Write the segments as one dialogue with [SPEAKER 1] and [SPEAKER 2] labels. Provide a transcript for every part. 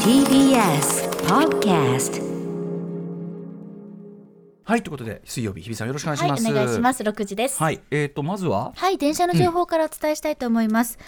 [SPEAKER 1] TBS Podcast
[SPEAKER 2] はい、ということで、水曜日、日比さんよろしくお願いし
[SPEAKER 3] は
[SPEAKER 2] ま
[SPEAKER 3] い、
[SPEAKER 2] す。
[SPEAKER 3] お願いします。6時です。は、
[SPEAKER 2] はいい、えっ、と、まずは、
[SPEAKER 3] 電車の情報からお伝えしたいと思います。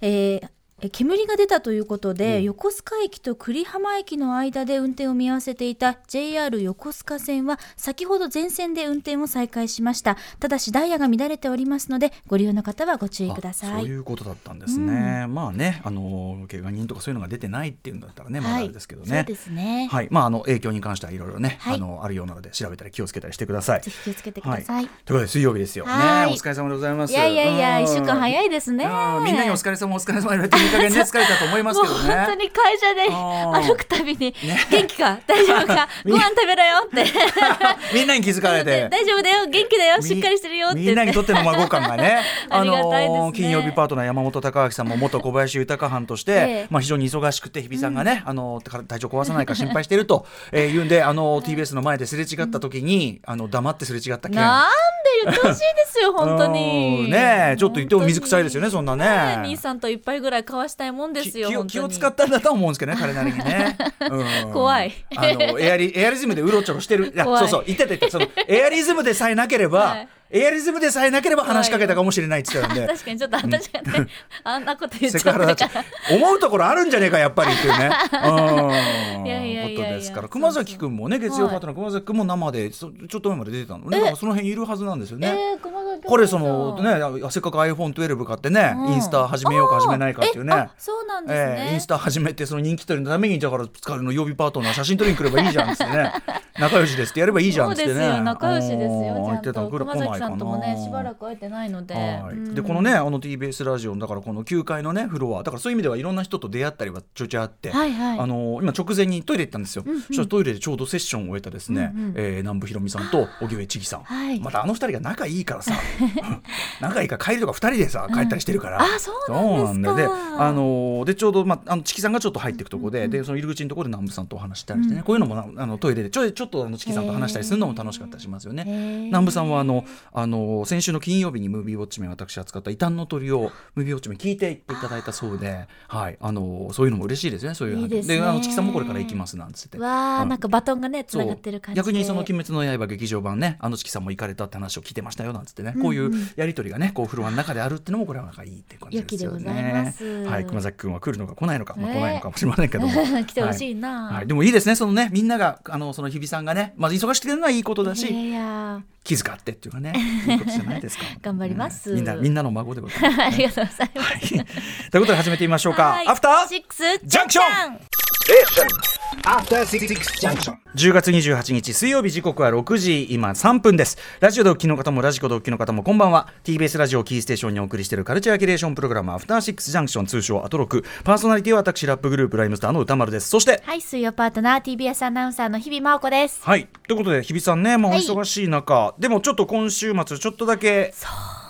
[SPEAKER 3] えーえ煙が出たということで、横須賀駅と栗浜駅の間で運転を見合わせていた JR 横須賀線は先ほど全線で運転を再開しましたただしダイヤが乱れておりますのでご利用の方はご注意くださ
[SPEAKER 2] あそ
[SPEAKER 3] い
[SPEAKER 2] ういうことだったんですね。まあね、あのー、怪我人とかそういうのが出てないっていうんだったらね、まだあれですけどね。
[SPEAKER 3] そうですね、
[SPEAKER 2] はい、まあ、あの影響に関してはいろいろね、
[SPEAKER 3] はい
[SPEAKER 2] あのあるようなので調べたり気をつけたりしてください。
[SPEAKER 3] ぜひ気をつけてください、
[SPEAKER 2] はということで水曜日ですよ。ね、お
[SPEAKER 3] はい
[SPEAKER 2] 疲れ様でございま
[SPEAKER 3] い、
[SPEAKER 2] す。
[SPEAKER 3] やいやいや
[SPEAKER 2] うん
[SPEAKER 3] 一週間早いですね
[SPEAKER 2] うんみんなにお疲れ様お疲れ様言われていい加減ね疲れたと思います
[SPEAKER 3] もう
[SPEAKER 2] けど
[SPEAKER 3] 本当
[SPEAKER 2] ね。
[SPEAKER 3] に会社で
[SPEAKER 2] あー
[SPEAKER 3] 歩くたびに元気か大丈夫か
[SPEAKER 2] み
[SPEAKER 3] ご
[SPEAKER 2] んな
[SPEAKER 3] 飯食べろよって
[SPEAKER 2] みんなに気づかれて。
[SPEAKER 3] 大丈夫だよ元気だ よしっかりしてるよって
[SPEAKER 2] みみんなにとっての孫感 がね
[SPEAKER 3] ありがたいですね
[SPEAKER 2] のー金曜日パートナー山本孝明さんも元小林豊藩として、
[SPEAKER 3] ええ
[SPEAKER 2] まあ、非常に忙しくて日比さんがね、あのー体調壊さないか心配していると、えー言うんで、あのー TBS の前ですれ違った時に、あの黙ってすれ違った件
[SPEAKER 3] なんで言ってほしいですよ本当
[SPEAKER 2] う
[SPEAKER 3] に
[SPEAKER 2] んねえちょっと言っても水臭いですよねそんなね
[SPEAKER 3] 兄さんと一杯ぐらい交わしたいもんで
[SPEAKER 2] き
[SPEAKER 3] すよ
[SPEAKER 2] 気を
[SPEAKER 3] 本当
[SPEAKER 2] 気
[SPEAKER 3] に
[SPEAKER 2] を使ったんだとは思うんですけどね彼なり にね、うん
[SPEAKER 3] 怖い
[SPEAKER 2] あ のエアリエアリズムでうろちょろしてるいや
[SPEAKER 3] 怖い
[SPEAKER 2] そうそう言ってた言ってたそのエアリズムでさえなければ、
[SPEAKER 3] はい
[SPEAKER 2] エアリズムでさえなければ話しかけたかもしれないって言ってたんで
[SPEAKER 3] 確かにちょっと私がね あんなこと言っちゃっ
[SPEAKER 2] セクハラだ
[SPEAKER 3] た
[SPEAKER 2] っち
[SPEAKER 3] か
[SPEAKER 2] ゃ
[SPEAKER 3] ら
[SPEAKER 2] 思うところあるんじゃねえかやっぱりって いうね。うん
[SPEAKER 3] いやいやいやいや
[SPEAKER 2] ことですから熊崎君もね月曜パートナー熊崎君も生でそちょっと前まで出てたのね。なんかその辺いるはずなんですよね。
[SPEAKER 3] えー熊崎
[SPEAKER 2] これそのねせっかく iPhone12 買ってね、インスタ始めようか始めないかっていう
[SPEAKER 3] あーえ
[SPEAKER 2] ね
[SPEAKER 3] あ。そうなんですね、
[SPEAKER 2] ええインスタ始めてその人気取りのためにだから使うの予備パートナー写真撮りに来ればいいじゃんっつっ てね仲良しですってやればいいじゃんっつってね
[SPEAKER 3] そうですよ仲良しです
[SPEAKER 2] うん
[SPEAKER 3] よち
[SPEAKER 2] 言
[SPEAKER 3] ゃん
[SPEAKER 2] ってた
[SPEAKER 3] と
[SPEAKER 2] ぐら
[SPEAKER 3] 熊
[SPEAKER 2] い来ない
[SPEAKER 3] 崎
[SPEAKER 2] か
[SPEAKER 3] さ
[SPEAKER 2] なん
[SPEAKER 3] ともねしばらく会えてないので、
[SPEAKER 2] はい、
[SPEAKER 3] う
[SPEAKER 2] で
[SPEAKER 3] ん
[SPEAKER 2] このねあの TBS ラジオのだからこの9階のねフロアだからそういう意味ではいろんな人と出会ったりはちょいちょいあって、
[SPEAKER 3] はいはい
[SPEAKER 2] あの今直前にトイレ行ったんですよ、そしたらトイレでちょうどセッションを終えたですね、
[SPEAKER 3] うんうん
[SPEAKER 2] えー南部ひろみさんと荻上千里さん、
[SPEAKER 3] はい
[SPEAKER 2] またあの二人が仲い いからさ仲いいから帰りとか二人でさ帰ったりしてるから、
[SPEAKER 3] あそうなんですか
[SPEAKER 2] そうなんだであのでちょうど、まあ、あのチキさんがちょっと入っていくとこで,、でその入り口のところで南部さんとお話したりしてね、こういうのもなあのトイレでちょいちょっとあのチキさんと話したりするのも楽しかったりしますよね。
[SPEAKER 3] へー
[SPEAKER 2] 南部さんはあのあの先週の金曜日にムービーウォッチメン私扱った「異端の鳥」をムービーウォッチメン聞いていただいたそうで、はい、あのそういうのも嬉しいですねそういう話
[SPEAKER 3] いいですね
[SPEAKER 2] あのチキさんもこれから行きますなんつって。
[SPEAKER 3] わあ、
[SPEAKER 2] うん
[SPEAKER 3] なんかバトンがねつ
[SPEAKER 2] そ
[SPEAKER 3] な
[SPEAKER 2] う
[SPEAKER 3] がってる感じで
[SPEAKER 2] 逆にその「鬼滅の刃」劇場版ねあのチキさんも行かれたって話を聞いてましたよなんつってね、こういうやり取りがねこうフロアの中であるってのもこれはなんかいいっていう感じですよね。
[SPEAKER 3] 良きでございます
[SPEAKER 2] はい、熊崎君は来るのか来ないのか、まあ、
[SPEAKER 3] ね
[SPEAKER 2] 来ないのかもしれませんけども
[SPEAKER 3] 来てほしいな
[SPEAKER 2] はいはいでもいいですねそのねみんながあのその日比さんがね、まあ、忙しくてるのはいいことだし、
[SPEAKER 3] いやいや
[SPEAKER 2] 気遣ってっていうかね、いいことじゃないですか。
[SPEAKER 3] 頑張ります
[SPEAKER 2] ねみんな、みんなの孫でございま す。
[SPEAKER 3] ありがとうございます。
[SPEAKER 2] はいということで始めてみましょうか
[SPEAKER 3] は。い
[SPEAKER 2] アフター
[SPEAKER 3] シックス
[SPEAKER 2] ジャンクション
[SPEAKER 3] ン
[SPEAKER 4] After Six Six Junction.
[SPEAKER 2] 10月28日水曜日時刻は6時今3分ですラジオ同期の方もラジコ同期の方もこんばんは TBS ラジオキーステーションにお送りしているカルチャーキュレーションプログラムアフターシックスジャンクション通称アトロクパーソナリティは私ラップグループライムスターの歌丸ですそして
[SPEAKER 3] はい、水曜パートナー TBS アナウンサーの日々真央子です。
[SPEAKER 2] はいということで日比さんね、まあ、お
[SPEAKER 3] はい
[SPEAKER 2] 忙しい中、でもちょっと今週末ちょっとだけ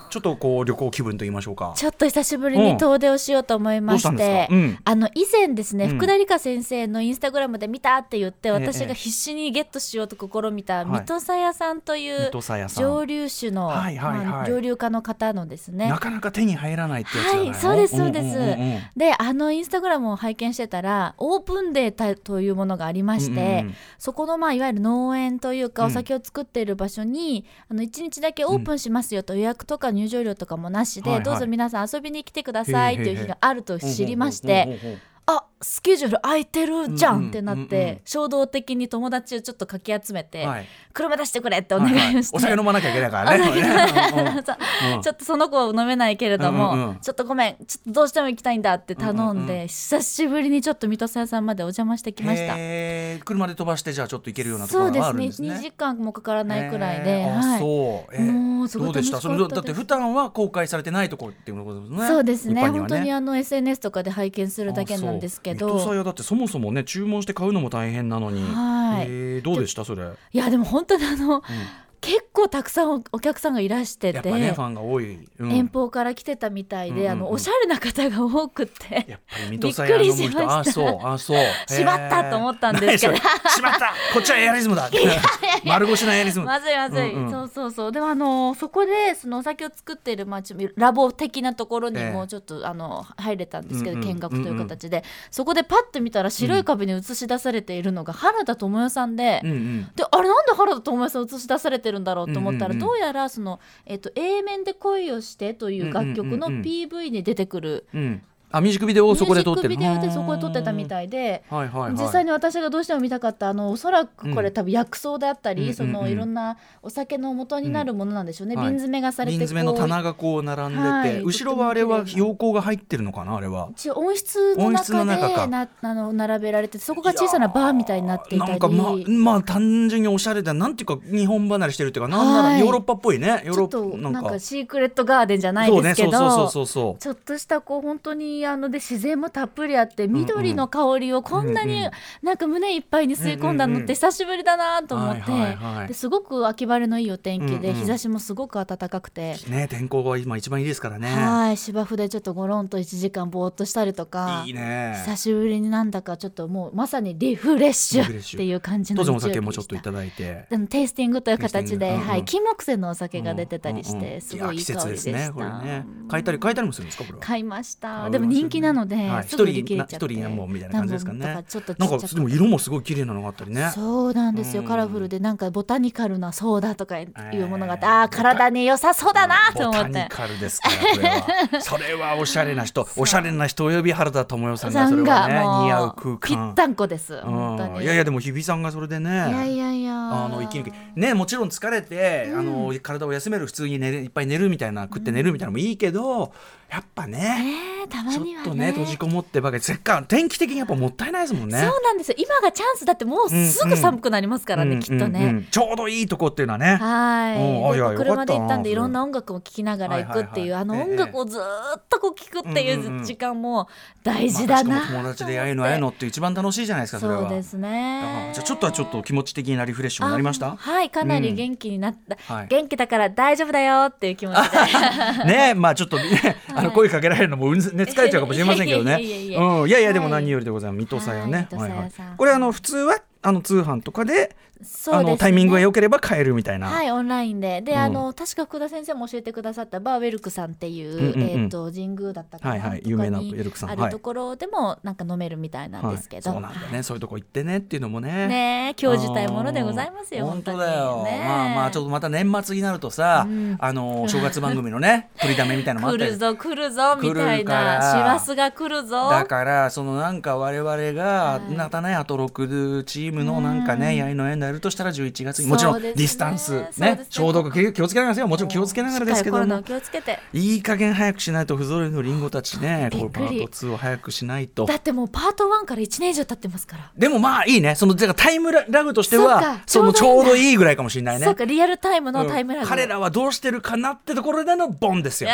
[SPEAKER 2] ちょっとこう旅行気分と言いましょうか
[SPEAKER 3] ちょっと久しぶり
[SPEAKER 2] うん
[SPEAKER 3] に遠出をしようと思いま
[SPEAKER 2] どう
[SPEAKER 3] し
[SPEAKER 2] したんで
[SPEAKER 3] て、
[SPEAKER 2] すかうん
[SPEAKER 3] あの以前ですね、
[SPEAKER 2] ん
[SPEAKER 3] 福田理香先生のインスタグラムで見たって言って、私
[SPEAKER 2] ええ
[SPEAKER 3] が必死にゲットしようと試みた、
[SPEAKER 2] はい
[SPEAKER 3] 水戸さやさんという
[SPEAKER 2] 水戸沙耶さん
[SPEAKER 3] 蒸留酒の、
[SPEAKER 2] はいはいはい
[SPEAKER 3] まあ蒸留家の方のですね
[SPEAKER 2] なかなか手に入らないってやつじゃないの
[SPEAKER 3] はい、そうです、そうです。
[SPEAKER 2] んんうんうん
[SPEAKER 3] で、あのインスタグラムを拝見してたら、オープンデータというものがありまして、
[SPEAKER 2] うんうんうん
[SPEAKER 3] そこの、まあ、いわゆる農園というか、
[SPEAKER 2] うん
[SPEAKER 3] お酒を作っている場所に、あの、1日だけオープンしますよと、予約とか入場料とかもなしで、
[SPEAKER 2] はいはい
[SPEAKER 3] どうぞ皆さん遊びに来てくださいという日があると知りまして、
[SPEAKER 2] ほうほうほうほう
[SPEAKER 3] あスケジュール空いてるじゃ
[SPEAKER 2] うんうん
[SPEAKER 3] んってなって、
[SPEAKER 2] うんうん
[SPEAKER 3] 衝動的に友達をちょっとかき集めて、
[SPEAKER 2] はい
[SPEAKER 3] 車出してくれってお願いをして、
[SPEAKER 2] お酒飲まなきゃいけないからね。
[SPEAKER 3] そう
[SPEAKER 2] うん
[SPEAKER 3] ちょっとその子飲めないけれども、
[SPEAKER 2] うんうん
[SPEAKER 3] ちょっとごめんちょっとどうしても行きたいんだって頼んで、
[SPEAKER 2] うんうん
[SPEAKER 3] 久しぶりにちょっと水戸さやさんまでお邪魔してきました。
[SPEAKER 2] へー車で飛ばしてじゃあちょっと行けるようなとこ
[SPEAKER 3] そう
[SPEAKER 2] ろ
[SPEAKER 3] で
[SPEAKER 2] が
[SPEAKER 3] す
[SPEAKER 2] あるん
[SPEAKER 3] ね
[SPEAKER 2] ですね。
[SPEAKER 3] 2時間もかからないくらいで、
[SPEAKER 2] へーあ
[SPEAKER 3] はい、
[SPEAKER 2] そう。えー
[SPEAKER 3] もうすご
[SPEAKER 2] ど
[SPEAKER 3] いう
[SPEAKER 2] でした。
[SPEAKER 3] 楽し
[SPEAKER 2] そ
[SPEAKER 3] かった
[SPEAKER 2] れだって
[SPEAKER 3] です
[SPEAKER 2] 普段は公開されてないところっていうことですね。
[SPEAKER 3] そうですね
[SPEAKER 2] 一般は
[SPEAKER 3] 本当にあの SNS とかで拝見するだけなんですけ
[SPEAKER 2] あそうミッドサイ
[SPEAKER 3] ど
[SPEAKER 2] ヤだってそもそもね注文して買うのも大変なのに。
[SPEAKER 3] はい
[SPEAKER 2] えーどうでしたそれ。
[SPEAKER 3] いやでも本当にあの、結構たくさんおお客さんがいらして、
[SPEAKER 2] やってぱねファンが多い、うん
[SPEAKER 3] 遠方から来てたみたいで、
[SPEAKER 2] うんうんうん
[SPEAKER 3] あのおしゃれな方が多くて
[SPEAKER 2] やっぱり水戸さんや飲む
[SPEAKER 3] びっくりし
[SPEAKER 2] 人
[SPEAKER 3] ました
[SPEAKER 2] ああそうああそう
[SPEAKER 3] しまったと思ったんですけど
[SPEAKER 2] ないでしょしまったこっちはエアリズ ムだ丸腰のエアリズム
[SPEAKER 3] まずいまずい、
[SPEAKER 2] うんうん
[SPEAKER 3] そうそうそうでもあのそこでそのお酒を作っている、まあ、ちょっとラボ的なところに
[SPEAKER 2] ええ
[SPEAKER 3] もちょっと、あの入れたんですけど、
[SPEAKER 2] うんうん
[SPEAKER 3] 見学という形で、そこでパッて見たら白い壁に映し出されているのが原田知世さんで。
[SPEAKER 2] うんうん
[SPEAKER 3] であれなんで原田知世さん映し出されてるんだろうと思ったら、
[SPEAKER 2] うんうんうん
[SPEAKER 3] どうやらその、えっと A 面で恋をして」という楽曲の
[SPEAKER 2] うんうんうんうん
[SPEAKER 3] PV に出てくる
[SPEAKER 2] うんあミュージックビデオを
[SPEAKER 3] ミュ
[SPEAKER 2] そこ
[SPEAKER 3] ージ
[SPEAKER 2] で撮
[SPEAKER 3] ッ
[SPEAKER 2] って
[SPEAKER 3] ク
[SPEAKER 2] る
[SPEAKER 3] ビデオでそこで撮ってたみたいで。
[SPEAKER 2] いはいはい
[SPEAKER 3] 実際に私がどうしても見たかったあのおそらくこ
[SPEAKER 2] う
[SPEAKER 3] れ
[SPEAKER 2] ん
[SPEAKER 3] 多分薬草であった
[SPEAKER 2] うんうん
[SPEAKER 3] り、
[SPEAKER 2] うん
[SPEAKER 3] そのいろんなお酒の元になるものなんでしょうね、
[SPEAKER 2] うんはい
[SPEAKER 3] 瓶詰めがされて
[SPEAKER 2] 瓶詰めの棚がこう並んでて、
[SPEAKER 3] はい
[SPEAKER 2] 後ろはあれは陽光が入ってるのかなあれは
[SPEAKER 3] 一応温室の
[SPEAKER 2] 温室の
[SPEAKER 3] 中で
[SPEAKER 2] 中か
[SPEAKER 3] なあの並べられてそこが小さなバーみたいになっていたり
[SPEAKER 2] なんかまあまあ単純におしゃれだなんていうか日本離れしてるっていうかなんな
[SPEAKER 3] は
[SPEAKER 2] ら
[SPEAKER 3] い
[SPEAKER 2] ヨーロッパっぽいねヨー
[SPEAKER 3] ち
[SPEAKER 2] ロ
[SPEAKER 3] ょ
[SPEAKER 2] ッ
[SPEAKER 3] っと
[SPEAKER 2] パな
[SPEAKER 3] なんん
[SPEAKER 2] か
[SPEAKER 3] かシークレットガーデンじゃないですけど。
[SPEAKER 2] そうねそうそうそうそうそう
[SPEAKER 3] ちょっとしたこう本当にあので自然もたっぷりあって緑の香りをこんな
[SPEAKER 2] うん
[SPEAKER 3] に
[SPEAKER 2] うん
[SPEAKER 3] なんか胸いっぱいに吸い込んだのって久しぶりだなと思って
[SPEAKER 2] はいはいはい
[SPEAKER 3] ですごく秋晴れのいいお天気
[SPEAKER 2] う
[SPEAKER 3] で
[SPEAKER 2] んうん
[SPEAKER 3] 日差しもすごく暖かくて。
[SPEAKER 2] ね天候が今一番いいですからね
[SPEAKER 3] はい芝生でちょっとごろんと1時間ぼーっとしたりとか
[SPEAKER 2] いいね
[SPEAKER 3] 久しぶりになんだかちょっともうまさにリフレッシ
[SPEAKER 2] リフレッ
[SPEAKER 3] ュ
[SPEAKER 2] シ
[SPEAKER 3] っ
[SPEAKER 2] ュ
[SPEAKER 3] ていう感じの
[SPEAKER 2] 当然お
[SPEAKER 3] 日曜日
[SPEAKER 2] 酒も
[SPEAKER 3] で
[SPEAKER 2] ちょっ
[SPEAKER 3] し
[SPEAKER 2] と
[SPEAKER 3] た
[SPEAKER 2] いただいて
[SPEAKER 3] あのテイスティングという形
[SPEAKER 2] テイ
[SPEAKER 3] で、
[SPEAKER 2] スティング
[SPEAKER 3] は
[SPEAKER 2] うん
[SPEAKER 3] い、金木犀のお酒が出てたりして、
[SPEAKER 2] うんうん
[SPEAKER 3] す
[SPEAKER 2] や
[SPEAKER 3] ごいいい
[SPEAKER 2] 季
[SPEAKER 3] 香
[SPEAKER 2] 節
[SPEAKER 3] り
[SPEAKER 2] で
[SPEAKER 3] ですした。
[SPEAKER 2] ねこれね変えたり変えたりもするんですかこれは
[SPEAKER 3] 買いました。
[SPEAKER 2] 買いました
[SPEAKER 3] でも
[SPEAKER 2] ね
[SPEAKER 3] 人気なので、
[SPEAKER 2] はい
[SPEAKER 3] すぐ売り切れちゃって
[SPEAKER 2] 一人な一人もうみたいな感じですかね
[SPEAKER 3] 何本とちょっとち
[SPEAKER 2] なん
[SPEAKER 3] っ
[SPEAKER 2] か
[SPEAKER 3] ちゃく
[SPEAKER 2] でも色もすごい綺麗なのがあったりね
[SPEAKER 3] そうなんですよ、
[SPEAKER 2] うん
[SPEAKER 3] カラフルでなんかボタニカルなソーダとかいうものがあって、
[SPEAKER 2] えー
[SPEAKER 3] ああ体に良さそうだなと思
[SPEAKER 2] ボ
[SPEAKER 3] っ
[SPEAKER 2] タニ
[SPEAKER 3] て。
[SPEAKER 2] カルですからこれはそれはおしゃれ な人おしゃれな人および原田知世さんが
[SPEAKER 3] さ
[SPEAKER 2] それ
[SPEAKER 3] ん
[SPEAKER 2] は
[SPEAKER 3] が
[SPEAKER 2] ね似合う
[SPEAKER 3] も
[SPEAKER 2] 空
[SPEAKER 3] うぴっ
[SPEAKER 2] 間
[SPEAKER 3] たんこです。本当
[SPEAKER 2] うん
[SPEAKER 3] に。
[SPEAKER 2] いやいやでも日比さんがそれでね
[SPEAKER 3] いやいやいや
[SPEAKER 2] あの息抜きねもちろん疲れて、あの体を休める普通に寝るいっぱい寝るみたいな食って寝るみたいなのもいいけど、やっぱね、
[SPEAKER 3] ねえたま
[SPEAKER 2] ちょっ
[SPEAKER 3] には
[SPEAKER 2] とね閉じこもってばかりせっか天気的にやっぱもったいないですもんね。
[SPEAKER 3] そうなんですよ今がチャンスだってもうすぐ寒くなりますからね、
[SPEAKER 2] うん
[SPEAKER 3] きっとね、
[SPEAKER 2] うんうんちょうどいいとこっていうのはねうん
[SPEAKER 3] はい。
[SPEAKER 2] あい
[SPEAKER 3] で
[SPEAKER 2] や
[SPEAKER 3] こう車で行ったんでい
[SPEAKER 2] よかっ
[SPEAKER 3] ろ
[SPEAKER 2] たな
[SPEAKER 3] んな音楽も聴きながら行くっていう、
[SPEAKER 2] はいはいはい
[SPEAKER 3] あの音楽をずーっとこう聴くってい
[SPEAKER 2] ええ
[SPEAKER 3] う時間も大事だ
[SPEAKER 2] ま
[SPEAKER 3] な
[SPEAKER 2] あ
[SPEAKER 3] と
[SPEAKER 2] しか
[SPEAKER 3] 思
[SPEAKER 2] も友
[SPEAKER 3] って。
[SPEAKER 2] 達で会えの会えのって一番楽しいじゃないですかそれは
[SPEAKER 3] そうですね
[SPEAKER 2] あ。じゃあちょっとはちょっと気持ち的なリフレッシュもなりまし
[SPEAKER 3] あ
[SPEAKER 2] た
[SPEAKER 3] はい、かなり元気になった。
[SPEAKER 2] はい
[SPEAKER 3] 元気だから大丈夫だよっていう気持ちで。
[SPEAKER 2] ねまあちょ っとね、あの声かけられるのもうんね疲れちゃうかもしれませんけどね。
[SPEAKER 3] いやいやいやいや
[SPEAKER 2] うんいやいやでも
[SPEAKER 3] はい
[SPEAKER 2] 何よりでございます。水戸さんやね。
[SPEAKER 3] はい水戸さやさん
[SPEAKER 2] これあの普通はあの通販とかで、
[SPEAKER 3] そ
[SPEAKER 2] あ
[SPEAKER 3] うです、
[SPEAKER 2] の
[SPEAKER 3] ね。
[SPEAKER 2] タイミングが良ければ買えるみたいな。
[SPEAKER 3] はい、オンラインで。で、
[SPEAKER 2] うん
[SPEAKER 3] あの、確か福田先生も教えてくださったバーウェルクさんっていう、
[SPEAKER 2] うんうんうん
[SPEAKER 3] えっ、と、神宮だったかな
[SPEAKER 2] はいはい
[SPEAKER 3] とかに
[SPEAKER 2] 有名なウェルクさん
[SPEAKER 3] あ
[SPEAKER 2] はい
[SPEAKER 3] るところでも、なんか飲めるみたいなんですけど。
[SPEAKER 2] はいそうなんだね。そういうとこ行ってねっていうのも ね。
[SPEAKER 3] ねえ今日自体ものでございますよ
[SPEAKER 2] うん
[SPEAKER 3] 本当に
[SPEAKER 2] だよ。
[SPEAKER 3] ねえ
[SPEAKER 2] まあまあちょっとまた年末になるとさ、
[SPEAKER 3] うん
[SPEAKER 2] あの正月番組のね取りだめみたいなのも
[SPEAKER 3] 来
[SPEAKER 2] あったり
[SPEAKER 3] る。ぞ来るぞみた
[SPEAKER 2] 来る
[SPEAKER 3] い
[SPEAKER 2] から
[SPEAKER 3] な師走が来るぞ
[SPEAKER 2] だからそのなんか我々が
[SPEAKER 3] はい
[SPEAKER 2] なたねあと6チームのなんか
[SPEAKER 3] う
[SPEAKER 2] ね
[SPEAKER 3] ん
[SPEAKER 2] やりの縁でやるとしたら11月にもちろ
[SPEAKER 3] そ
[SPEAKER 2] ん
[SPEAKER 3] う
[SPEAKER 2] デ
[SPEAKER 3] ですね
[SPEAKER 2] ィスタンス
[SPEAKER 3] そうです
[SPEAKER 2] ね
[SPEAKER 3] ね
[SPEAKER 2] 消毒気気をつけながらですよもちろん気をつけながらですけど
[SPEAKER 3] しっかりコロナ
[SPEAKER 2] も
[SPEAKER 3] を気をつけて
[SPEAKER 2] いい加減早くしないと不揃いのリンゴたちねこ
[SPEAKER 3] び
[SPEAKER 2] れ
[SPEAKER 3] っく
[SPEAKER 2] パ
[SPEAKER 3] り
[SPEAKER 2] ート2を早くしないと
[SPEAKER 3] だってもうパート1から1年以上経ってますから、
[SPEAKER 2] でもまあいいねそのだからタイムララグとして
[SPEAKER 3] そう
[SPEAKER 2] は
[SPEAKER 3] か
[SPEAKER 2] そのち
[SPEAKER 3] ち
[SPEAKER 2] ょ
[SPEAKER 3] ょ
[SPEAKER 2] う
[SPEAKER 3] う
[SPEAKER 2] ど
[SPEAKER 3] ど
[SPEAKER 2] いいぐらいかもしれないね
[SPEAKER 3] そうかリアルタイムの
[SPEAKER 2] うん
[SPEAKER 3] タイムラグ、
[SPEAKER 2] 彼らはどうしてるかなってところでのボンですよ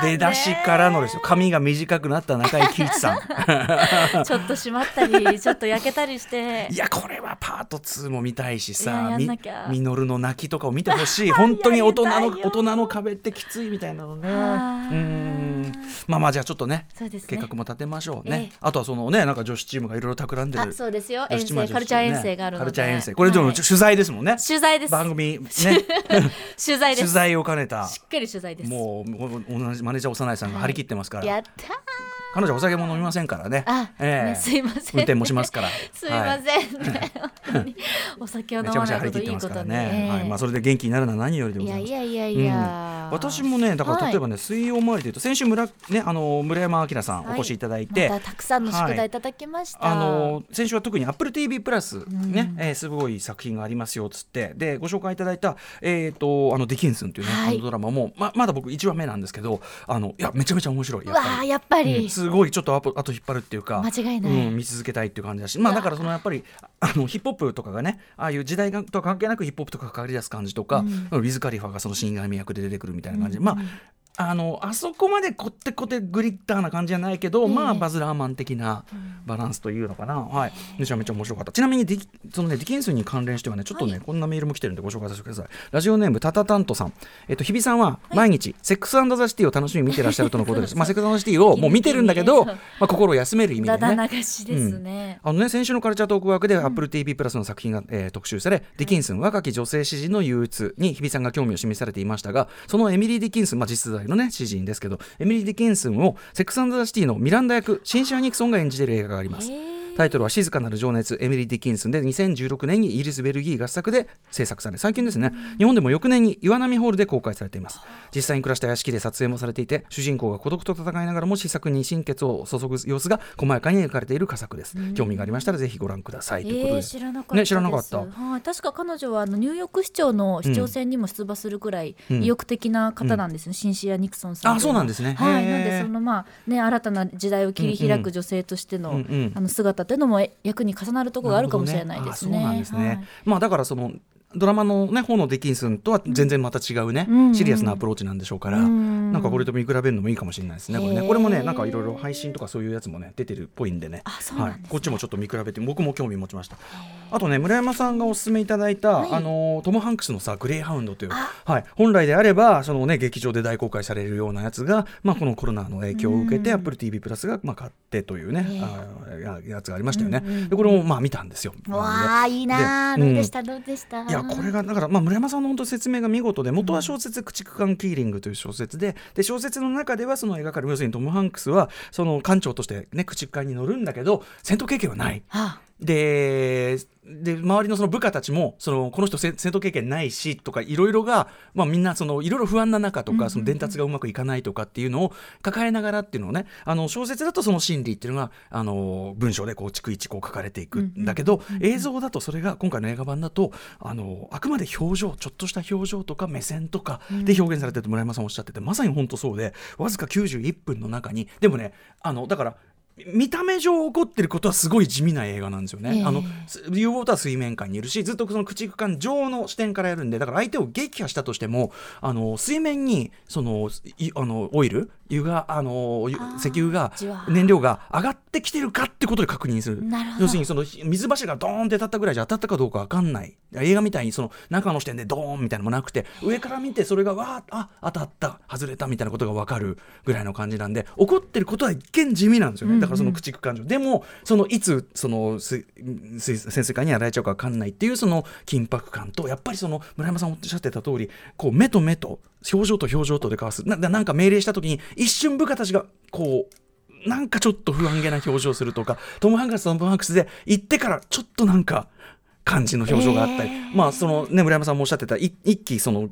[SPEAKER 3] あー
[SPEAKER 2] 出だしからのですよ髪が短くなった中井貴一さん
[SPEAKER 3] ねちょっと閉まったりちょっと焼けたり して
[SPEAKER 2] いやこれはパート2も見たいし
[SPEAKER 3] いや
[SPEAKER 2] さ
[SPEAKER 3] や
[SPEAKER 2] み
[SPEAKER 3] んなきゃ
[SPEAKER 2] みのるの泣きとかを見てほしい本当に大人
[SPEAKER 3] や
[SPEAKER 2] の
[SPEAKER 3] りたいよ
[SPEAKER 2] 大人の壁ってきついみたいなのねう
[SPEAKER 3] あー
[SPEAKER 2] ーんまあまあじゃあちょっとね
[SPEAKER 3] そうですね
[SPEAKER 2] 計画も立てましょうね
[SPEAKER 3] ええ
[SPEAKER 2] あとはそのねなんか女子チームがいろいろ企んでる
[SPEAKER 3] あそうですよ
[SPEAKER 2] 女
[SPEAKER 3] 遠
[SPEAKER 2] 子チームは
[SPEAKER 3] 征カ
[SPEAKER 2] 女子チームね
[SPEAKER 3] ルチャー遠征があるので
[SPEAKER 2] カルチャー遠征これでも
[SPEAKER 3] はい
[SPEAKER 2] 取材ですもんね
[SPEAKER 3] 取材です
[SPEAKER 2] 番組ね
[SPEAKER 3] 取材で
[SPEAKER 2] 取
[SPEAKER 3] す
[SPEAKER 2] 材を兼ねた
[SPEAKER 3] しっかり取材です
[SPEAKER 2] もうもう同じマネージャー長内さんが張り切ってますから
[SPEAKER 3] やったー
[SPEAKER 2] 彼女お酒も飲みませんからね
[SPEAKER 3] あ、
[SPEAKER 2] ええ
[SPEAKER 3] ね、すいません、ね、
[SPEAKER 2] 運転もしますから
[SPEAKER 3] すいま
[SPEAKER 2] はい
[SPEAKER 3] せんね、本当にお酒を飲
[SPEAKER 2] めちゃ
[SPEAKER 3] ま
[SPEAKER 2] めち
[SPEAKER 3] な
[SPEAKER 2] ゃ
[SPEAKER 3] いこ
[SPEAKER 2] 張り切
[SPEAKER 3] と
[SPEAKER 2] っ
[SPEAKER 3] い
[SPEAKER 2] て
[SPEAKER 3] い
[SPEAKER 2] ま
[SPEAKER 3] こ
[SPEAKER 2] すか
[SPEAKER 3] と
[SPEAKER 2] ら
[SPEAKER 3] に、
[SPEAKER 2] ね。はい、まあ
[SPEAKER 3] え
[SPEAKER 2] それで元気になるのは何よりで
[SPEAKER 3] えい
[SPEAKER 2] ござ
[SPEAKER 3] や
[SPEAKER 2] いま
[SPEAKER 3] い
[SPEAKER 2] す。
[SPEAKER 3] やいやいや、
[SPEAKER 2] 私もね、だから
[SPEAKER 3] はい
[SPEAKER 2] 例えばね、水曜周りで言うと、先週村、ね、あの村山明さんお
[SPEAKER 3] はい
[SPEAKER 2] 越しいただいて。
[SPEAKER 3] またたくさんの宿題いただきました、
[SPEAKER 2] あの先週は特に AppleTV プラス、ねえーすごい作品がありますよっつってでご紹介いただいた「えー、とあのディキンスン」っていう、ね
[SPEAKER 3] はい
[SPEAKER 2] あのドラマもままだ僕1話目なんですけどあのいやめちゃめちゃ面白いうやっ
[SPEAKER 3] わ
[SPEAKER 2] ぱ
[SPEAKER 3] ー
[SPEAKER 2] り
[SPEAKER 3] やっぱ
[SPEAKER 2] う
[SPEAKER 3] り
[SPEAKER 2] ん、すごいちょっとあとあと引っ張るっていうか
[SPEAKER 3] 間違いない
[SPEAKER 2] うん、見続けたいっていう感じだしまあだからそのやっぱりああのヒップホップとかがねああいう時代がとは関係なくヒップホップとかがかり出す感じとか、ウィズ・カリファがその死神役で出てくるみたいな感じ、まああのあそこまでこってこてグリッターな感じじゃないけ
[SPEAKER 3] え
[SPEAKER 2] ど、
[SPEAKER 3] え
[SPEAKER 2] まあバズ・ラーマン的な、バランスというのかな、はい、めちゃめちゃ面白かったちなみにディその、ね、ディキンスに関連してはねちょっとね、
[SPEAKER 3] はい
[SPEAKER 2] こんなメールも来てるんでご紹介させてくださいラジオネームタタタントさん、えっと、日比さんは毎日、セックスザシティを楽しみに見てらっしゃるとのことで す、まあ、セックスザシティをもう見てるんだけど、
[SPEAKER 3] 見て
[SPEAKER 2] ま
[SPEAKER 3] るね
[SPEAKER 2] あ、心を休める意味で
[SPEAKER 3] だだ
[SPEAKER 2] ね
[SPEAKER 3] 流しですね。
[SPEAKER 2] あのね、先週のカルチャートークワークで AppleTV プラスの作品が、えー特集され、ディキンスン若き女性詩人の憂鬱に日比さんが興味を示されていましたが、そのエミリー・ディキンスン、まあ、実在のね、詩人ですけど、エミリー・ディキンスンをセックスザ・シティのミランダ役、シンシア・ニクソンが演じている映画があります
[SPEAKER 3] へ。ー
[SPEAKER 2] タイトルは「静かなる情熱」エミリー・ディキンスンで2016年にイギリス・ベルギー合作で制作され最近ですね日本でも翌年に岩波ホールで公開されています実際に暮らした屋敷で撮影もされていて主人公が孤独と戦いながらも試作に心血を注ぐ様子が細やかに描かれている佳作です興味がありましたらぜひご覧くださいというこ
[SPEAKER 3] え
[SPEAKER 2] と
[SPEAKER 3] ー、
[SPEAKER 2] で
[SPEAKER 3] 知
[SPEAKER 2] す
[SPEAKER 3] らなかったです、
[SPEAKER 2] ね知らなかった
[SPEAKER 3] はい、確か彼女はあのニューヨーク市長の市長選にも出馬するくらい
[SPEAKER 2] ん
[SPEAKER 3] 意欲的な方なんですね、シンシア・ニクソンさんといのは。
[SPEAKER 2] あそうなんですね
[SPEAKER 3] は
[SPEAKER 2] へ
[SPEAKER 3] い、
[SPEAKER 2] ー
[SPEAKER 3] なんでそのまあね新たな時代を切り開く女性としての、
[SPEAKER 2] うんうん
[SPEAKER 3] あの姿というのもえ役に重なるところがあるかもしれないですね。
[SPEAKER 2] なるほどあそうなんですね。
[SPEAKER 3] はい
[SPEAKER 2] まあだからそのドラマのね方のディキンスンとは全然また違うね、
[SPEAKER 3] うんうん
[SPEAKER 2] シリアスなアプローチなんでしょうから、
[SPEAKER 3] うん
[SPEAKER 2] なんかこれと見比べるのもいいかもしれないですね。これ
[SPEAKER 3] へ
[SPEAKER 2] ね
[SPEAKER 3] ー
[SPEAKER 2] これもねなんかいろいろ配信とかそういうやつもね出てるっぽいんでね。
[SPEAKER 3] あそうなんですね
[SPEAKER 2] こっちもちょっと見比べて僕も興味持ちました。あとね村山さんがお勧めいただいた、あのートムハンクスのさグレーハウンドというはい本来であればそのね劇場で大公開されるようなやつがまあこのコロナの影響を受けて Apple TV プラスがまあ買ってというね、あーやつがありましたよね。でこれもまあ見たんですよ。
[SPEAKER 1] わあいいなあ
[SPEAKER 2] で
[SPEAKER 1] どうでした、どうでした
[SPEAKER 2] いやこれがだから、まあ、村山さんの本当説明が見事で元は小説「駆逐艦キーリング」という小説でで小説の中ではその描かれる要するにトム・ハンクスはその艦長として、ね、駆逐艦に乗るんだけど戦闘経験はない。
[SPEAKER 3] あ
[SPEAKER 2] でで周りのその部下たちもそのこの人戦戦闘経験ないしとかいろいろが、まあ、みんなそのいろいろ不安な中とかその伝達がうまくいかないとかっていうのを抱えながらっていうのをねあの小説だとその心理っていうのがあの文章でこう逐一こう書かれていくんだけど映像だとそれが今回の映画版だとあのあくまで表情ちょっとした表情とか目線とかで表現されてると村山さんおっしゃっててまさに本当そうでわずか91分の中にでもねあのだから見た目上起こってることはすごい地味な映画なんですよね。
[SPEAKER 3] ええ
[SPEAKER 2] あのす U ウォーターは水面下にいるしずっとその駆逐艦上の視点からやるんでだから相手を撃破したとしてもあの水面にそのいあのオイル油があのゆ石油が
[SPEAKER 3] じわー
[SPEAKER 2] 燃料が上がってきてるかってことで確認する
[SPEAKER 3] なるほど
[SPEAKER 2] 要するにそのひ水柱がドーンって当たったぐらいじゃ当たったかどうか分かんない映画みたいにその中の視点でドーンみたいなのもなくて上から見てそれがわーあ当たった外れたみたいなことが分かるぐらいの感じなんで起こってることは一見地味なんですよね、だからその駆逐感情でもそのいつその水水潜水艦にやられちゃうか分かんないっていうその緊迫感とやっぱりその村山さんおっしゃってた通りこう目と目と表情と表情とで交わすななんか命令した時に一瞬部下たちがこうなんかちょっと不安げな表情をするとか、トム・ハンクスとトム・ハンクスで行ってからちょっとなんか、感じの表情があったり、まあそのね村山さんもおっしゃってたい一気その、うん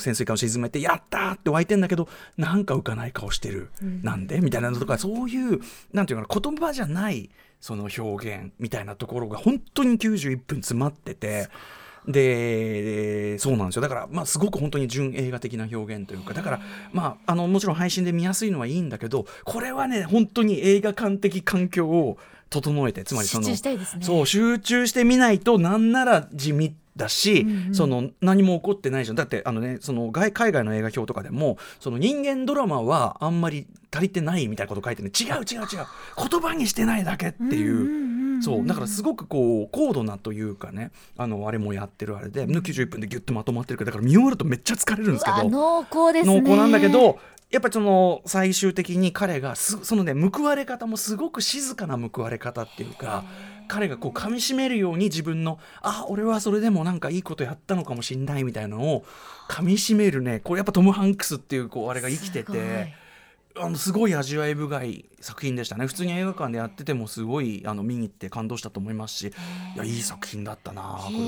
[SPEAKER 2] 潜水艦を沈めてやったーって湧いてんだけどなんか浮かない顔してる、なんでみたいなのとかそういうなんていうのかな言葉じゃないその表現みたいなところが本当に91分詰まってて。でそうなんですよだから、まあ、すごく本当に純映画的な表現というかだから、まあ、あのもちろん配信で見やすいのはいいんだけどこれはね本当に映画館的環境を整えてつまりその
[SPEAKER 3] 集中したいですね
[SPEAKER 2] そう集中して見ないとなんなら地味だし、その何も起こってないじゃんだってあの、ね、その外海外の映画表とかでもその人間ドラマはあんまり足りてないみたいなこと書いてる違う違う違う言葉にしてないだけっていう。そうだからすごくこう高度なというかねあのあれもやってるあれで91分でギュッとまとまってるけどだから見終わるとめっちゃ疲れるんですけど。
[SPEAKER 3] 濃厚です
[SPEAKER 2] 濃
[SPEAKER 3] ね。
[SPEAKER 2] 厚なんだけどやっぱりその最終的に彼がすそのね報われ方もすごく静かな報われ方っていうか彼がこう噛みしめるように自分のあ俺はそれでもなんかいいことやったのかもしんないみたいなのを噛みしめるねこれやっぱトム・ハンクスっていうこうあれが生きて
[SPEAKER 3] すごい
[SPEAKER 2] て。あのすごい味わい深い作品でしたね普通に映画館でやっててもすごいあの見に行って感動したと思いますしいやいい作品だったなこれは
[SPEAKER 3] へ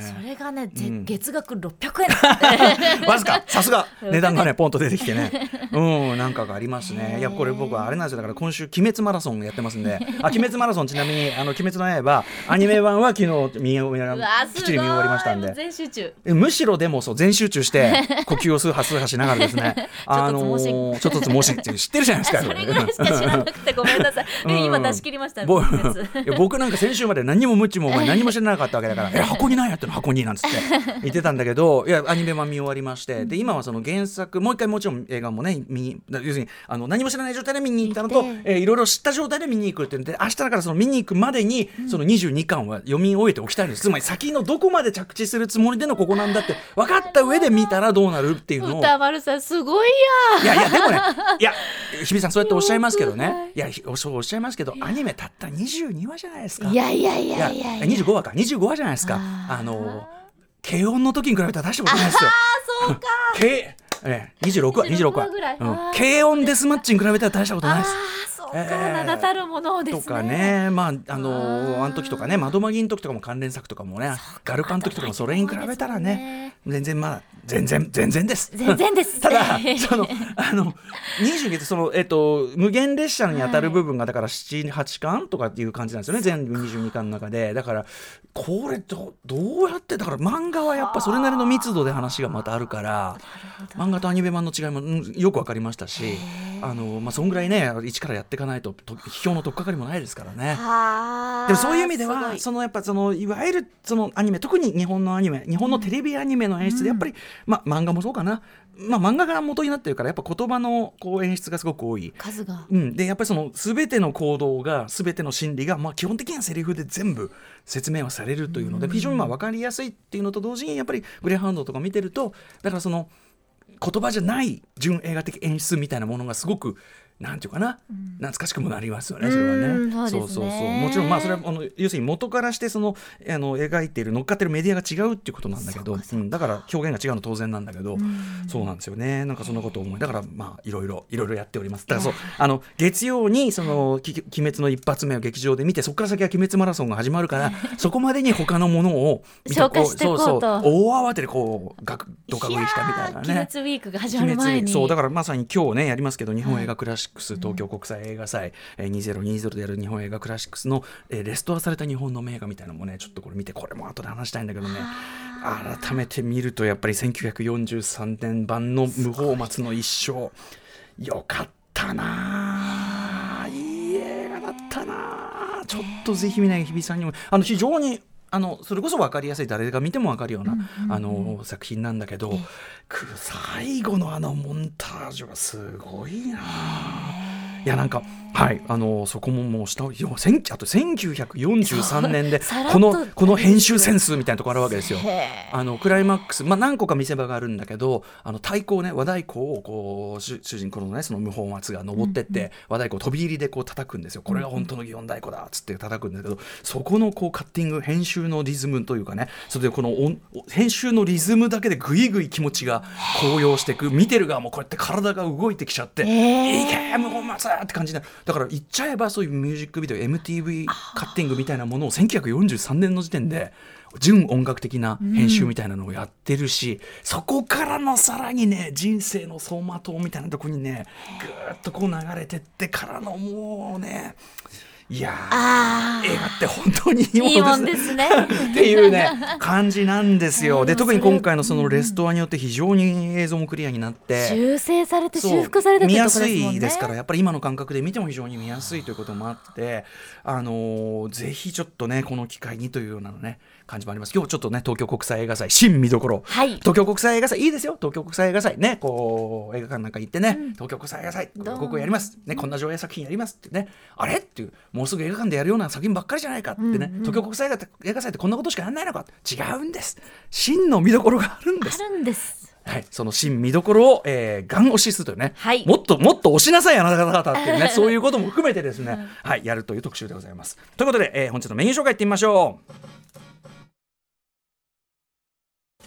[SPEAKER 3] ーそ
[SPEAKER 2] ね
[SPEAKER 3] れがね、ぜ
[SPEAKER 2] うん
[SPEAKER 3] 月額600円 だって。
[SPEAKER 2] わずかさすが値段がねポンと出てきてね うんなんかがありますねいやこれ僕はあれなんですよだから今週「鬼滅マラソン」やってますんで「あ鬼滅マラソン」ちなみに「あの鬼滅の刃」アニメ版は昨日見終わ
[SPEAKER 3] う
[SPEAKER 2] り
[SPEAKER 3] わーすごい
[SPEAKER 2] きっちり見終わりましたんで
[SPEAKER 3] もう全集中。
[SPEAKER 2] えむしろでもそう全集中して呼吸を数波数波しながらですね
[SPEAKER 3] ちょっとずつ猛進
[SPEAKER 2] ーちょっとずつ猛進
[SPEAKER 5] 知ってるじゃないですか。
[SPEAKER 3] それぐらいしか知らなくてごめんな さい。
[SPEAKER 2] ん
[SPEAKER 3] 今出し切りました。
[SPEAKER 2] ぼい
[SPEAKER 3] 別
[SPEAKER 2] や僕なんか先週まで何にも無知もお前何も知らなかったわけだから「え箱になんやってんの箱に」なんつって言ってたんだけどいやアニメは見終わりましてで今はその原作もう一回もちろん映画もね見に要するにあの何も知らない状態で見に行ったのと
[SPEAKER 1] 行って
[SPEAKER 2] えーいろいろ知った状態で見に行くっていうんで明日だからその見に行くまでにその22巻は読み終えておきたいんですつまり先のどこまで着地するつもりでのここなんだって分かった上で見たらどうなるっていうのを。
[SPEAKER 3] 歌丸さんすごいや。
[SPEAKER 2] いやいやでもね、いや日比さんそうやっておっしゃいますけどね、いやひそうおっしゃいますけど、アニメたった22話じゃないですか。
[SPEAKER 1] いやいやい
[SPEAKER 2] い
[SPEAKER 1] やいやいや。
[SPEAKER 2] 25話か、25話じゃないですか。あの軽音の時に比べたら大したことないですよ。
[SPEAKER 3] そうか。
[SPEAKER 2] 軽ええ26話
[SPEAKER 3] 26
[SPEAKER 2] 26話
[SPEAKER 3] 話ぐらい、
[SPEAKER 2] うん
[SPEAKER 3] あー
[SPEAKER 2] 軽音デスマッチに比べたら大したことない
[SPEAKER 3] あ
[SPEAKER 2] です。
[SPEAKER 3] あ、そう
[SPEAKER 2] えー
[SPEAKER 3] か。名だたるものをですね。
[SPEAKER 2] とかね、まあ、あの、あの時とかね、窓マギの時とかも関連作とかもね、ガルパンの時とかもそれに比べたらね、全然まあ、全然、全然です。
[SPEAKER 3] 全然です。
[SPEAKER 2] た だそのあの22ってそのえっと無限列車に当たる部分がだから78巻とかっていう感じなんですよね、全部22巻の中でだからこれどどうやってだから漫画はやっぱそれなりの密度で話がまたあるから漫画とアニメ版の違いもうんよく分かりましたしあのまあそんぐらいね一からやっていかないとと批評の取っかかりもないですからね。
[SPEAKER 1] はあ
[SPEAKER 2] でもそういう意味です
[SPEAKER 1] ご
[SPEAKER 2] はいそのやっぱそのいわゆるそのアニメ特に日本のアニメ日本のテレビアニメの演出でやっぱり、まあ漫画もそうかな、まあ、漫画が元になってるからやっぱ言葉のこう演出がすごく多い。
[SPEAKER 1] 数が。
[SPEAKER 2] うん、でやっぱりその全ての行動が全ての心理が、まあ、基本的にはセリフで全部説明はされるというので非常にまあ分かりやすいっていうのと同時にやっぱりグレーハウンドとか見てるとだからその言葉じゃない純映画的演出みたいなものがすごくなんていうかな、懐かしくもなりますよねそれはね。
[SPEAKER 3] うんそうですね
[SPEAKER 2] そうそうもちろんまあそれはあの要するに元からしてそのあの描いている乗っかってるメディアが違うっていうことなんだけどうん、だから表現が違うの当然なんだけど、そうなんですよねなんかそんなことを思いだからまあいろいろいろいろやっておりますだからそうあの月曜にその「き鬼滅」の一発目を劇場で見てそこから先は「鬼滅マラソン」が始まる からそこまでに他のものを見
[SPEAKER 3] 消化していこうと
[SPEAKER 2] そうそう大慌てでこうがくどか食いしたみたいなね。
[SPEAKER 3] いやー鬼滅ウィークが始まる前に。
[SPEAKER 2] そうだからまさに今日ねやりますけど日本映画クラシックス東京国際映画祭、えー2020でやる日本映画クラシックスの、えーレストアされた日本の名画みたいなのもねちょっとこれ見てこれも後で話したいんだけどね改めて見るとやっぱり1943年版の「無法松の一生」よかったなあいい映画だったなあちょっとぜひ見ない日比さんにもあの非常にあのそれこそ分かりやすい誰が見ても分かるような、あの作品なんだけど、く最後のあのモンタージュがすごいなあいやなんかはいあのそこももう下をよせんあと1943年で
[SPEAKER 3] さらっと
[SPEAKER 2] このこの編集センスみたいなところあるわけですよ。あのクライマックス、まあ、何個か見せ場があるんだけどあの太鼓をね和太鼓をこう主主人公のねその無法松が登ってって、和太鼓を飛び入りでこう叩くんですよこれが本当の祇園太鼓だっつって叩くんだけどそこのこうカッティング編集のリズムというかねそれでこの音編集のリズムだけでぐいぐい気持ちが高揚していく見てる側もこうやって体が動いてきちゃって「いけ無法松!」って感じになるだから言っちゃえばそういうミュージックビデオ MTV カッティングみたいなものを1943年の時点で。純音楽的な編集みたいなのをやってるし、そこからのさらにね人生の走馬灯みたいなとこにねぐーっとこう流れてってからのもうねいやー映画って本当にいいも
[SPEAKER 3] いいも
[SPEAKER 2] の
[SPEAKER 3] ん
[SPEAKER 2] で
[SPEAKER 3] です
[SPEAKER 2] ね。
[SPEAKER 3] すね。
[SPEAKER 2] っていうね感じなんですよ。で特に今回のそのレストアによって非常に映像もクリアになって。
[SPEAKER 3] 修正されて
[SPEAKER 2] そう
[SPEAKER 3] 修復されてって
[SPEAKER 2] 見
[SPEAKER 3] と
[SPEAKER 2] や
[SPEAKER 3] こ
[SPEAKER 2] す
[SPEAKER 3] ですもんね。
[SPEAKER 2] いですからやっぱり今の感覚で見ても非常に見やすいということもあってあのーぜひちょっとねこの機会にというようなのね感じもあります今日ちょっとね東京国際映画祭新見どころ、
[SPEAKER 3] はい
[SPEAKER 2] 東京国際映画祭いいですよ東京国際映画祭ねこう映画館なんか行ってね、東京国際映画祭ここやりますねこんな上映作品やりますってねあれっていうもうすぐ映画館でやるような作品ばっかりじゃないかってね、東京国際映画映画祭ってこんなことしかやらないのか違うんです真の見どころがあるんです
[SPEAKER 3] あるんです。
[SPEAKER 2] はい、その新見どころを、えー、ガン押しするというね、
[SPEAKER 3] はい
[SPEAKER 2] もっともっと押しなさいあなた方っ ていうねそういうことも含めてですね、はい、やるという特集でございます。ということで、えー本日のメニュー紹介いってみましょう。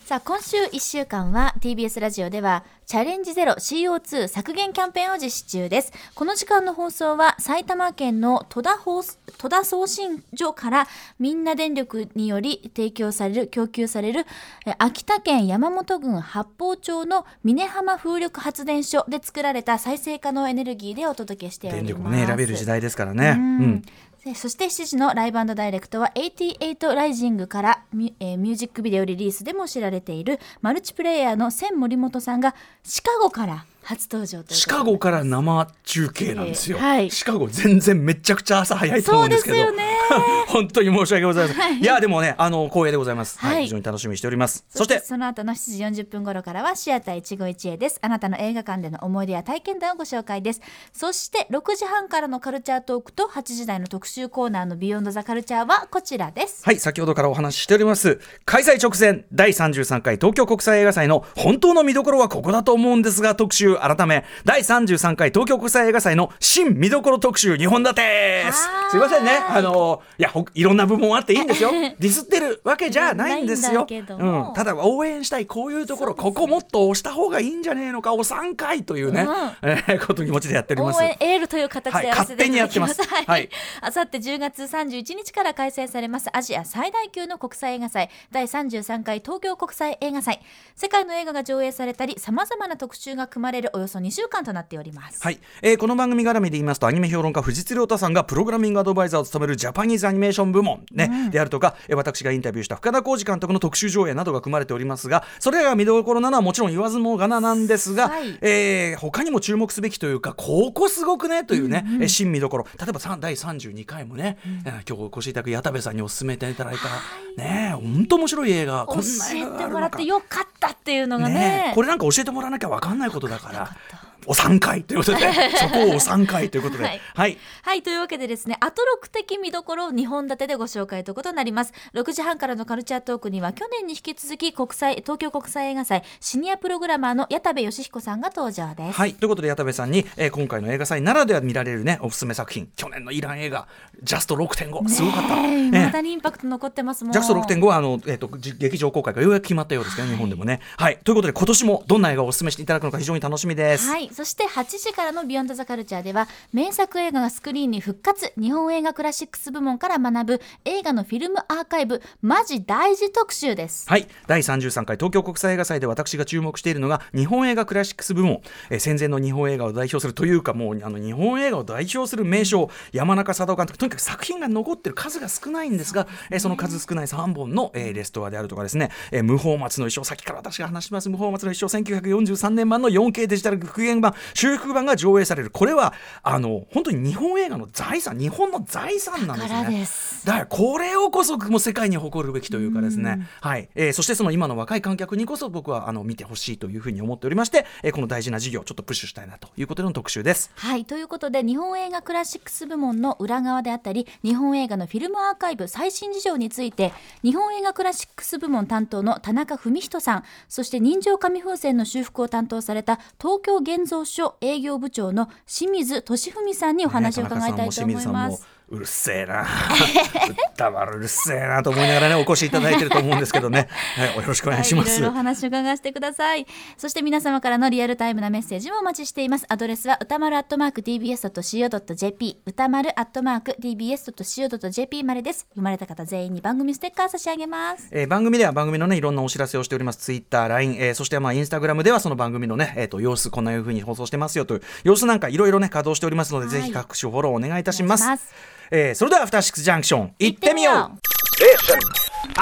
[SPEAKER 3] さあ、今週1週間は TBS ラジオではチャレンジゼロ CO2 削減キャンペーンを実施中です。この時間の放送は埼玉県の戸田放送戸田送信所からみんな電力により提供される、供給されるえ秋田県山本郡八方町の峰浜風力発電所で作られた再生可能エネルギーでお届けしております。
[SPEAKER 2] 電力もね選べる時代ですからね。
[SPEAKER 3] うん
[SPEAKER 2] うん
[SPEAKER 3] でそして7時のライブダイレクトは88ライジングからミュ,、えーミュージックビデオリリースでも知られているマルチプレイヤーの千森本さんがシカゴから初登場ということで
[SPEAKER 2] シカゴから生中継なんですよ、
[SPEAKER 1] えーはい
[SPEAKER 2] シカゴ全然めちゃくちゃ朝早いと思うんですけど
[SPEAKER 3] そうですよね
[SPEAKER 2] 本当に申し訳ございません、い、やでもねあの光栄でございます、はい
[SPEAKER 1] はい
[SPEAKER 2] 非常に楽しみにしております
[SPEAKER 3] そ
[SPEAKER 2] そ
[SPEAKER 3] し
[SPEAKER 2] してて
[SPEAKER 3] その後の7時40分頃からはシアター一期一会ですあなたの映画館での思い出や体験談をご紹介ですそして6時半からのカルチャートークと8時台の特集コーナーのビヨンドザカルチャーはこちらです
[SPEAKER 2] はい先ほどからお話ししております開催直前第33回東京国際映画祭の本当の見どころはここだと思うんですが特集改め第33回東京国際映画祭の新見どころ特集2本立てです
[SPEAKER 3] はーい
[SPEAKER 2] すいませんねあのいやほいろんな部門あっていいんですよディスってるわけじゃないんですよ
[SPEAKER 1] ないんだけども
[SPEAKER 2] うん、ただ応援したいこういうところ、ここもっと押した方がいいんじゃねえのかお3回というね、えーこと気持ちでやっております
[SPEAKER 3] 応援エールという形でやらせていただきます。
[SPEAKER 2] はい勝手にやってます
[SPEAKER 3] は
[SPEAKER 2] はいい。
[SPEAKER 3] あさって10月31日から開催されますアジア最大級の国際映画祭第33回東京国際映画祭。世界の映画が上映されたり、さまざまな特集が組まれるおよそ2週間となっております。
[SPEAKER 2] はい、えーこの番組絡みで言いますとアニメ評論家藤津亮太さんがプログラミングアドバイザーを務めるジャパニーズアニメーション部門、ねであるとか、えー私がインタビューした深田浩二監督の特集上映などが組まれておりますがそれらが見どころなのはもちろん言わずもがななんですが、
[SPEAKER 3] はい
[SPEAKER 2] えー他にも注目すべきというかここすごくねというね、えー新見どころ例えばさん第32回もね、えー今日お越しいただく矢田部さんにお勧めいただいた、ね本当面白い映
[SPEAKER 3] 教
[SPEAKER 2] 画こんな
[SPEAKER 3] え
[SPEAKER 2] 映画が
[SPEAKER 3] て
[SPEAKER 2] ある
[SPEAKER 3] も
[SPEAKER 2] の
[SPEAKER 3] らっ
[SPEAKER 2] か
[SPEAKER 3] てよかったっていうのがね。
[SPEAKER 2] えこれなんか教えてもらわなきゃ分かんないことだからお3回とい うことでそこをお3回ということで
[SPEAKER 3] は
[SPEAKER 2] はいい、
[SPEAKER 3] はい、というわけでですね、アトロク的見どころを2本立てでご紹介ということになります。6時半からのカルチャートークには、去年に引き続き国際、東京国際映画祭シニアプログラマーの矢田部義彦さんが登場です。
[SPEAKER 2] はいということで矢田部さんに、えー今回の映画祭ならでは見られるねおすすめ作品去年のイラン映画「ジャスト6.5」すごかった。
[SPEAKER 3] えー
[SPEAKER 2] ええ
[SPEAKER 3] 未だにインパクト残ってますもん。
[SPEAKER 2] ジャスト6.5はあの、えっとじ劇場公開がようやく決まったようですけど、ね日本でもね。はい、ということで今年もどんな映画をお勧めしていただくのか非常に楽しみです。
[SPEAKER 3] はい、そして8時からの「ビヨンドザカルチャーでは名作映画がスクリーンに復活日本映画クラシックス部門から学ぶ映画のフィルムアーカイブマジ大事特集です。
[SPEAKER 2] はい、第33回東京国際映画祭で私が注目しているのが日本映画クラシックス部門、えー戦前の日本映画を代表するというかもうあの日本映画を代表する名称山中貞夫監督とにかく作品が残ってる数が少ないんですがそえーその数少ない3本の、えーレストアであるとかですね、えー無法松の一生さっきから私が話します無法松の一生1943年版の 4K デジタル復元版修復版が上映されるこれはあの本当に日本映画の財産日本の財産なんです
[SPEAKER 3] だから
[SPEAKER 2] ね。
[SPEAKER 3] です
[SPEAKER 2] だからこれをこそもう世界に誇るべきというかですね、はいえーそしてその今の若い観客にこそ僕はあの見てほしいというふうに思っておりまして、えーこの大事な事業をちょっとプッシュしたいなということでの特集です。
[SPEAKER 3] はいということで日本映画クラシックス部門の裏側であったり日本映画のフィルムアーカイブ最新事情について日本映画クラシックス部門担当の田中文人さんそして人情紙風船の修復を担当された東京現像所営業部長の清水俊文さんにお話を伺いたいと思い
[SPEAKER 2] 田中さんも清
[SPEAKER 3] ま
[SPEAKER 2] 水
[SPEAKER 3] す。
[SPEAKER 2] さんもうるせえな、 歌丸うるせえなと思いながらねお越しいただいてると思うんですけ どね、はい、よろしくお願いしま
[SPEAKER 3] はい、い
[SPEAKER 2] す。
[SPEAKER 3] ろいろお話を伺わせてくださいそして皆様からのリアルタイムなメッセージもお待ちしていますアドレスは歌丸アットマーク tbs.co.jp 歌丸アットマーク tbs.co.jp までです生まれた方全員に番組ステッカー差し上げます
[SPEAKER 2] えー番組では番組のねいろんなお知らせをしておりますツイッター、LINE、えーそしてまあインスタグラムではその番組のね、えー、と様子こんな風に放送してますよという様子なんかいろいろね稼働しておりますので、
[SPEAKER 3] はい
[SPEAKER 2] ぜひ各種フォローお願いいたします
[SPEAKER 3] お願いします
[SPEAKER 2] えーそれではアフターシックスジャンクション行ってみよう
[SPEAKER 4] ステーション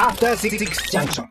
[SPEAKER 4] アフターシックスジャンクション